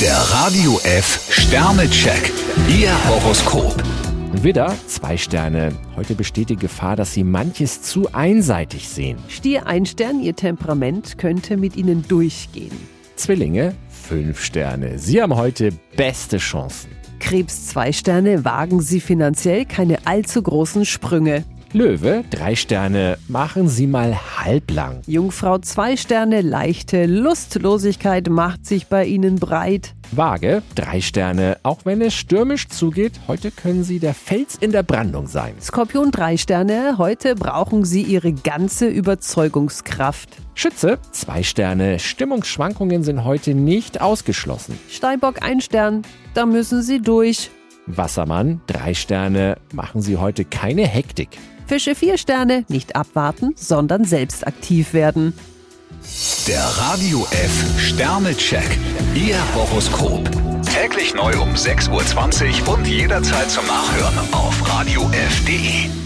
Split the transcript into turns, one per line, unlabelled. Der Radio F Sternecheck. Ihr Horoskop.
Widder, zwei Sterne. Heute besteht die Gefahr, dass Sie manches zu einseitig sehen.
Stier ein Stern, Ihr Temperament könnte mit Ihnen durchgehen.
Zwillinge, fünf Sterne. Sie haben heute beste Chancen.
Krebs zwei Sterne, wagen Sie finanziell keine allzu großen Sprünge.
Löwe, drei Sterne. Machen Sie mal halblang.
Jungfrau zwei Sterne, leichte Lustlosigkeit macht sich bei Ihnen breit.
Waage, drei Sterne. Auch wenn es stürmisch zugeht, heute können Sie der Fels in der Brandung sein.
Skorpion drei Sterne, heute brauchen Sie Ihre ganze Überzeugungskraft.
Schütze, zwei Sterne. Stimmungsschwankungen sind heute nicht ausgeschlossen.
Steinbock ein Stern, da müssen Sie durch.
Wassermann, drei Sterne. Machen Sie heute keine Hektik.
Fische vier Sterne, nicht abwarten, sondern selbst aktiv werden.
Der Radio F Sternecheck. Ihr Horoskop. Täglich neu um 6.20 Uhr und jederzeit zum Nachhören auf Radio radiof.de.